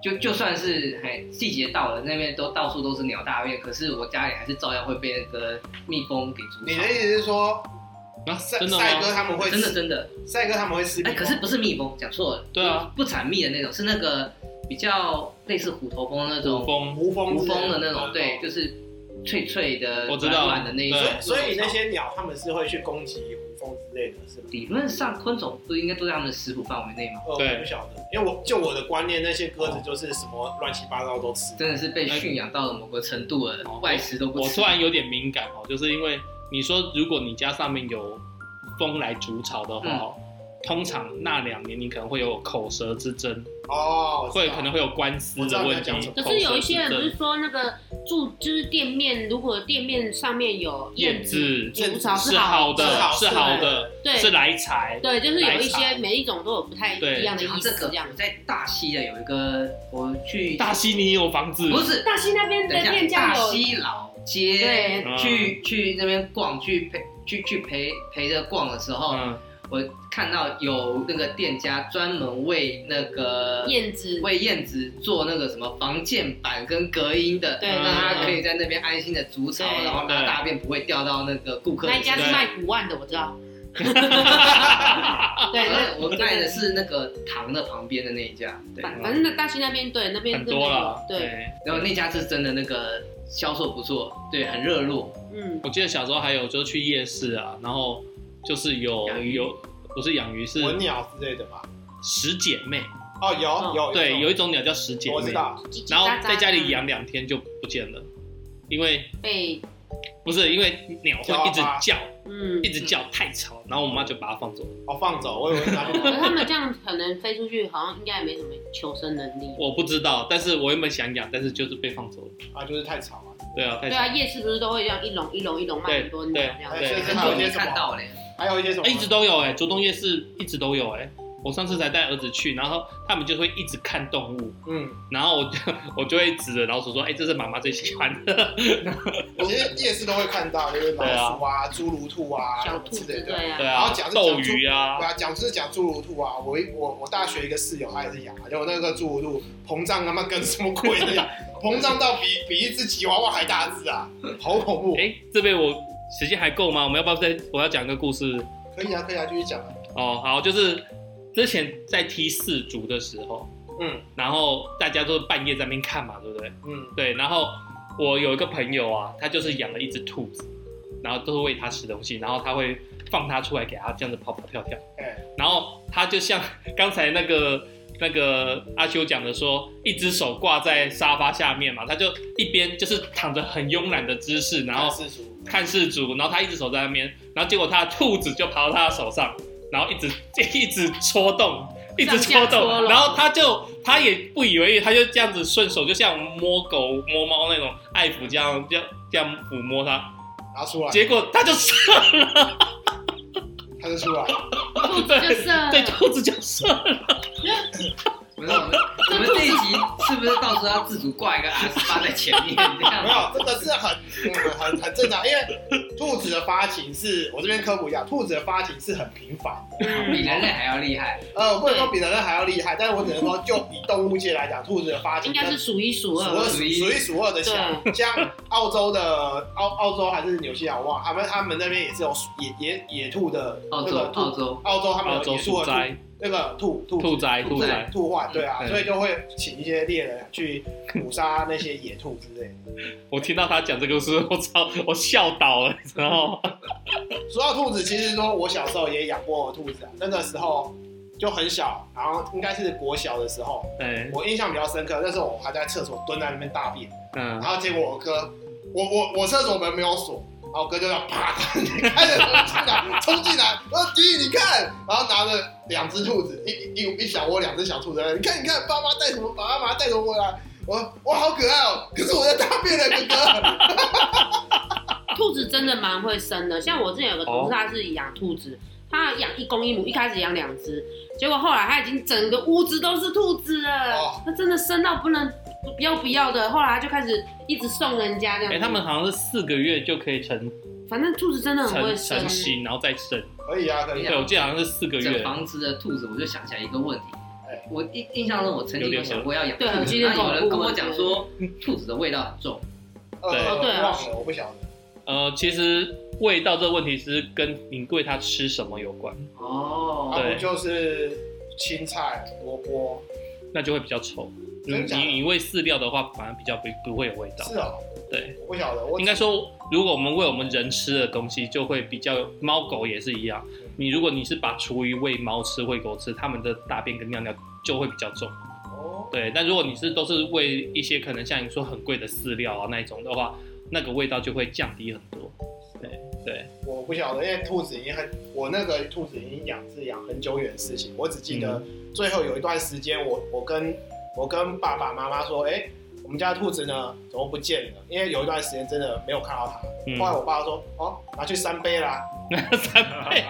就就算是哎季节到了，那边都到处都是鸟大便，可是我家里还是照样会被那个蜜蜂给筑你巢的。意思是说啊，赛真的赛哥吗？他们会真的真的，赛哥他们会吃哎、蜜蜂，可是不是蜜蜂，讲错了。对啊，不产蜜的那种，是那个比较类似虎头蜂那种古风无风无之类哦蜂的那种，对，，就是脆脆的、我知道软软的那一种对。所以所以那些鸟他们是会去攻击胡蜂之类的，是吗？理论上昆虫不应该都在它们的食谱范围内吗？呃，对我不晓得，因为我就我的观念，那些鸽子就是什么乱七八糟都吃。真的是被驯养到了某个程度了，外食都不我吃。突然有点敏感哦，就是因为你说如果你家上面有蜂来筑巢的话哦，嗯通常那两年你可能会有口舌之争，哦，会可能会有官司的问题我知道你在讲什。么可是有一些人不口舌之是争说那个住就是店面，如果店面上面有燕子筑巢是好哎好的，是是好好的，对是来财。对，就是有一奶些茶每一种都有不太对一样的然后意这思，个这样我。在大溪的有一个，我去大溪你有房子？不是大溪那边等的一店下，家大有溪老街对嗯去去那边逛，去陪去去陪陪着逛的时候，哦嗯，我看到有那个店家专门为那个燕子，为燕子做那个什么防溅板跟隔音的，对让嗯它嗯可以在那边安心的筑巢，对然后它大便不会掉到那个顾客的那一身家上。是卖古万的，我 知道。对，那我卖的是那个糖的旁边的那一家，对，反反正那大溪那边对那边很真的多有了。对，，然后那家是真的那个销售不错，对，很热络，嗯，我记得小时候还有就是去夜市啊，然后就是有养鱼有不是养鱼是文鸟之类的吧？十姐妹，哦，嗯有有对，有一种鸟叫十姐我知妹，道，叽叽然后喳喳啊在家里养两天就不见了，因为被不是因为鸟会一直叫，嗯一，直叫太吵，然后我妈就把它放走了。哦，放走，我以为是他 可是们。他们这样可能飞出去，好像应该也没什么求生能力。我不知道，但是我原本想养，但是就是被放走了。啊，就是太吵了。对啊，太对吵。啊，夜市不是都会这样一笼一笼一笼卖很多鸟这样对子？所以很是还有久一些没什看么，到嘞，还有一些什么哎，一直都有哎、竹东夜市一直都有哎、我上次才带儿子去，然后他们就会一直看动物，嗯，然后我就 我就会指着老鼠说：“哎、这是妈妈最喜欢的。其实夜市都会看到，就是老鼠啊、侏儒兔啊、小兔之类子的。 对对啊，啊，然后讲 是斗鱼啊对，啊，讲是讲侏儒兔啊，我一我我大学一个室友他也是养啊，结果那个侏儒兔膨胀他妈跟什么鬼一样，膨胀到比比一只吉娃娃还大只啊，好恐怖哎、！这边我时间还够吗？我们要不要再我要讲一个故事？可以啊，可以啊，继续讲啊。哦，好，就是之前在踢四足的时候，嗯然后大家都是半夜在那边看嘛，对不对？嗯，对，然后我有一个朋友啊，他就是养了一只兔子，然后都是喂它吃东西，然后他会放它出来给它这样子跑跑跳跳，哎然后它就像 刚才那个那个阿修讲的说，一只手挂在沙发下面嘛，他就一边就是躺着很慵懒的姿势，然后世俗，看世足，然后他一只手在那边，然后结果他的兔子就爬到他的手上，然后一直 一直戳动，一直戳上下搓动，拢然后他就他也不以为意，他就这样子顺手，就像摸狗摸猫那种爱抚这样这样这样抚摸它，拿出来，结果他就射了，他就出来，兔子就射了对， 兔子就射了，不是我们我们这一集是不是到时候要自主挂一个 S 八在前面这没 样？有，这个是很嗯很很正常，因为兔子的发情是我这边科普一下，兔子的发情是很频繁的，比啊人类还要厉害，呃，不能说比人类还要厉害，但是我只能说，就以动物界来讲，兔子的发情应该是数一数数二二。数一数二的强，像澳洲的澳澳洲还是纽西兰，我忘了他们他们那边也是有野野野兔的那澳洲个澳兔，洲澳洲他们澳有洲野兔树的兔灾，那个兔兔兔灾，兔兔灾灾。兔患，对啊，嗯所以就会请一些猎人去捕杀那些野兔之类的。我听到他讲这个故事，我操， 我笑倒了，你知道吗？说到兔子，其实说我小时候也养过兔子啊，那个时候就很小，然后应该是国小的时候，对，我印象比较深刻，那时候我还在厕所蹲在那边大便，嗯然，后结果我哥，我我我厕所门没有锁，然后我哥就要啪， 开着门进来，冲进来，然后弟你看，然后拿着两只兔子，一一一一小窝两只小兔子，你看你看，爸妈带什么，爸妈带什么回来。我说哇，好可爱哦！可是我在大便了，哥哥。兔子真的蛮会生的，像我之前有个同哦事，他是养兔子，他养一公一母，一开始养两只，结果后来他已经整个屋子都是兔子哦了，他真的生到不能不要不要的，后来他就开始一直送人家这样哎、子。他们好像是四个月就可以成反正兔子真的很会成生成，型，然后再生。可以啊，可以啊对，。我记得好像是四个整月。房子的兔子，我就想起来一个问题哎。我印印象中，我曾经有想过要养兔对，我子，记得然后有人跟我恐怖讲说，兔子的味道很重，呃，对我对啊忘了，我不晓得。呃，其实味道这个问题是跟你对它吃什么有关，哦，然后对就是青菜、萝卜，那就会比较臭。嗯你真的假的你你喂饲料的话，反而比较不不会有味道。是哦，对，我不晓得，我应该说，如果我们喂我们人吃的东西，就会比较猫狗也是一样。你如果你是把厨余喂猫吃、喂狗吃，它们的大便跟尿尿就会比较重。哦，对，但如果你是都是喂一些可能像你说很贵的饲料啊那一种的话，那个味道就会降低很多。我不晓得，因为兔子已经很，我那个兔子已经养是养很久远的事情，我只记得嗯最后有一段时间，我我跟我跟爸爸妈妈说，哎、我们家兔子呢怎么不见了？因为有一段时间真的没有看到它。嗯，后来我爸说，哦，拿去三杯啦， 三倍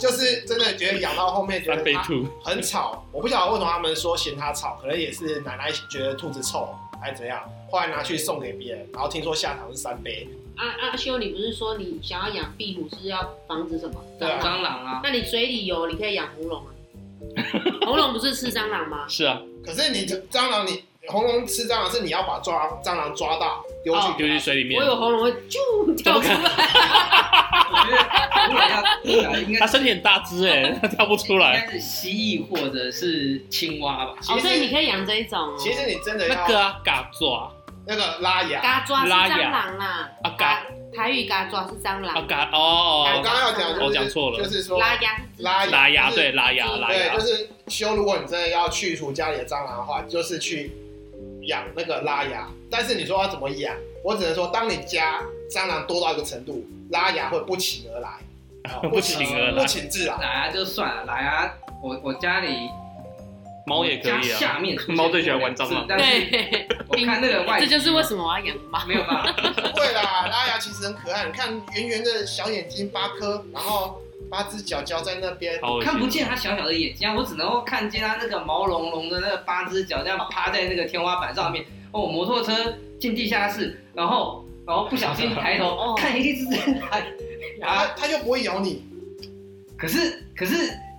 就是真的觉得养到后面觉三得倍它兔，很吵，我不晓得为什么他们说嫌它吵，可能也是奶奶觉得兔子臭还是怎样，后来拿去送给别人，然后听说下场是三杯，阿阿修，啊你不是说你想要养壁虎是要防止什么？对啊蟑螂 啊，那你水里游，你可以养红龙啊。红龙不是吃蟑螂吗？是啊，可是你这蟑螂你。红龙吃蟑螂是你要把抓蟑螂抓到丢去哦丢给它进水里面我，有红龙会啾跳出来，哦我觉得如果要应该它身体很大只哎，它跳不出来啊应。该是蜥蜴或者是青蛙吧。哦，所以你可以养这一种哦。其实你真的要那个啊，嘎抓那个拉牙，嘎抓是拉蟑雅螂啦，啊嘎台语嘎抓是蟑啊螂，嘎我哦，刚刚要讲就是我讲错了就是说拉牙是拉牙拉牙就是对拉牙拉对，牙就，是修。如果你真的要去除家里的蟑螂的话，就是去养那个拉牙。但是你说要怎么养，我只能说，当你家蟑螂多到一个程度，拉牙会不请而来，啊不请而来不请自来。来啊就算了，来啊，我我家里猫也可家以啊。下面 猫最喜欢玩蟑螂但是对，我看那个外，啊这就是为什么我要养猫。没有 办法，不会啦，拉牙其实很可爱，你看圆圆的小眼睛八颗，然后八只脚脚在那边，好恶心看不见它小小的眼睛啊，我只能够看见它那个毛茸茸的那个八只脚这样趴在那个天花板上面。哦，摩托车进地下室，然后然后不小心抬头、哦看一只它，然然后后它又不会咬你。可是可是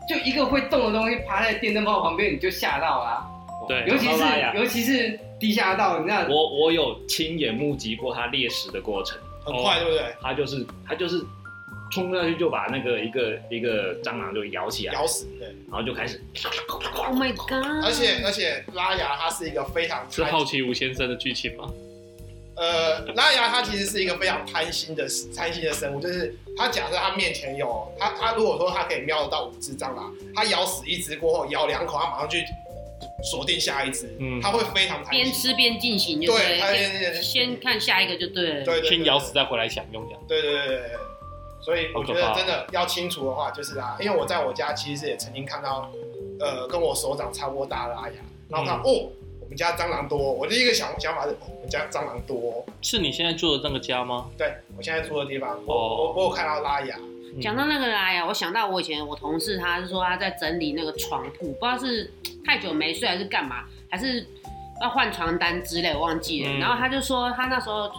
就一个会动的东西趴在电灯泡旁边，你就吓到啦、对尤其讲是到拉雅尤其是地下道，你知道我我有亲眼目击过它猎食的过程，很哦快，对不对？它就是它就是冲下去就把那个一个一个蟑螂就咬起来，咬死，对。然后就开始 Oh my god！而且而且拉牙它是一个非常是贪好奇吴先生的剧情吗？呃，拉牙它其实是一个非常贪心的贪心的生物，就是它假设它面前有它它如果说它可以瞄得到五只蟑螂，它咬死一只过后咬两口，它马上去锁定下一只，嗯它会非常贪边心。吃边进行，就对，它对边边了，先看下一个就对了。对对先咬死它。再回来享用这样。对对对对对。所以我好可觉得怕真的要清除的话，就是拉，因为我在我家其实也曾经看到，呃，跟我手掌差不多大的拉牙，然后嗯看、哦，我们家蟑螂多，我第一个想想法是，哦我们家蟑螂多，是你现在住的那个家吗？对我现在住的地方，我、哦我我有看到拉牙，嗯嗯讲到那个拉呀，我想到我以前我同事，他是说他在整理那个床铺，不知道是太久没睡还是干嘛，还是要换床单之类，我忘记了。嗯然后他就说他那时候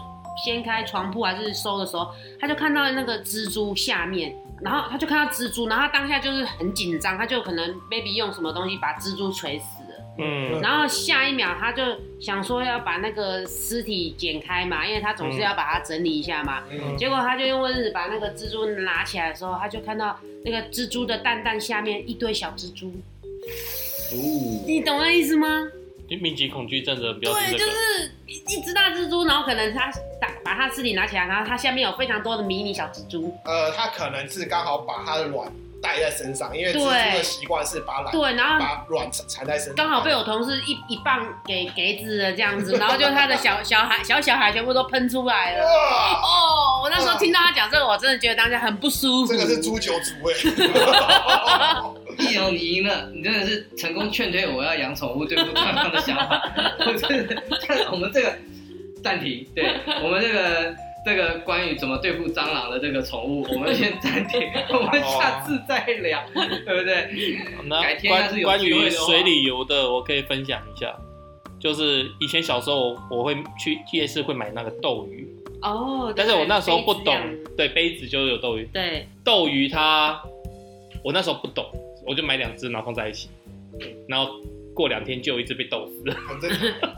掀开床铺还是收的时候，他就看到那个蜘蛛下面，然后他就看到蜘蛛，然后他当下就是很紧张，他就可能 maybe 用什么东西把蜘蛛锤死了。嗯，然后下一秒他就想说要把那个尸体剪开嘛，因为他嗯总是要把它整理一下嘛。嗯，结果他就用蚊子把那个蜘蛛拿起来的时候，他就看到那个蜘蛛的蛋蛋下面一堆小蜘蛛，哦，你懂那意思吗？密集恐惧症的人不要听对，就这个。是一一只大蜘蛛，然后可能他打把它尸体拿起来，然后它下面有非常多的迷你小蜘蛛，呃，它可能是刚好把它的卵带在身上，因为蜘蛛对的习惯是把卵对，然后把卵缠在身上，刚好被我同事一一棒给给子了这样子，然后就他的小小孩小小孩全部都喷出来了。哇，哦，我那时候听到他讲这个，我真的觉得当下很不舒服。这个是猪九族欸 哎， 易容，你赢了，你真的是成功劝退我要养宠物对付蟑螂的想法。我真的，我们这个暂停，对我们这个这个关于怎么对付蟑螂的这个宠物，我们先暂停，我们下次再聊，对不对？那改天要是关有关机于会的话水里游的，我可以分享一下。就是以前小时候，我会去夜市会买那个斗鱼，哦，但是我那时候不对懂杯子这样，对，杯子就是有斗鱼，对，斗鱼它，我那时候不懂，我就买两只，然后放在一起，然后过两天就有一只被斗死了。很正常，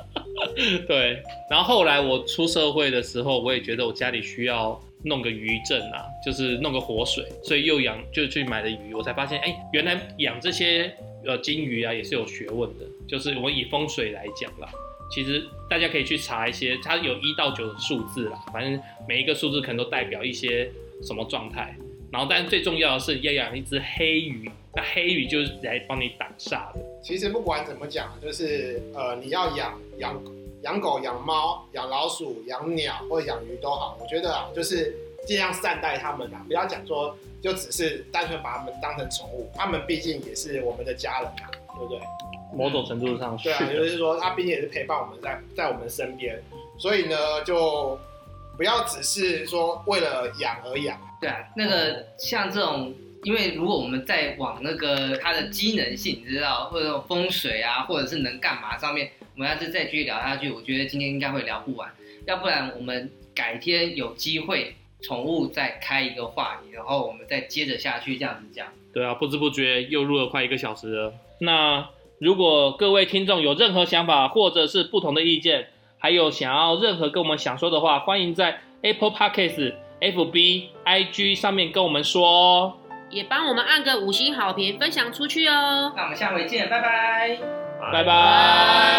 对，然后后来我出社会的时候，我也觉得我家里需要弄个鱼阵啊，就是弄个活水，所以又养就去买了鱼，我才发现，哎，原来养这些呃金鱼啊也是有学问的，就是我以风水来讲啦。其实大家可以去查一些，它有一到九的数字啦，反正每一个数字可能都代表一些什么状态。然后，但最重要的是要养一只黑鱼，那黑鱼就是来帮你挡煞的。其实不管怎么讲，啊就是呃，你要养养养狗、养猫、养老鼠、养鸟或者养鱼都好，我觉得啊，就是尽量善待它们啊，不要讲说就只是单纯把它们当成宠物，它们毕竟也是我们的家人啊，对不对？某种程度上是对啊，的，就是说它毕竟也是陪伴我们在在我们身边，所以呢，就不要只是说为了养而养。对啊，那个像这种，因为如果我们再往那个它的机能性，你知道，或者风水啊，或者是能干嘛上面，我们要是再继续聊下去，我觉得今天应该会聊不完。要不然我们改天有机会，宠物再开一个话题，然后我们再接着下去这样子讲。对啊，不知不觉又录了快一个小时了。那如果各位听众有任何想法或者是不同的意见，还有想要任何跟我们想说的话，欢迎在 Apple Podcast、FB、IG 上面跟我们说哦。也帮我们按个五星好评，分享出去哦。那我们下回见，拜拜。拜拜。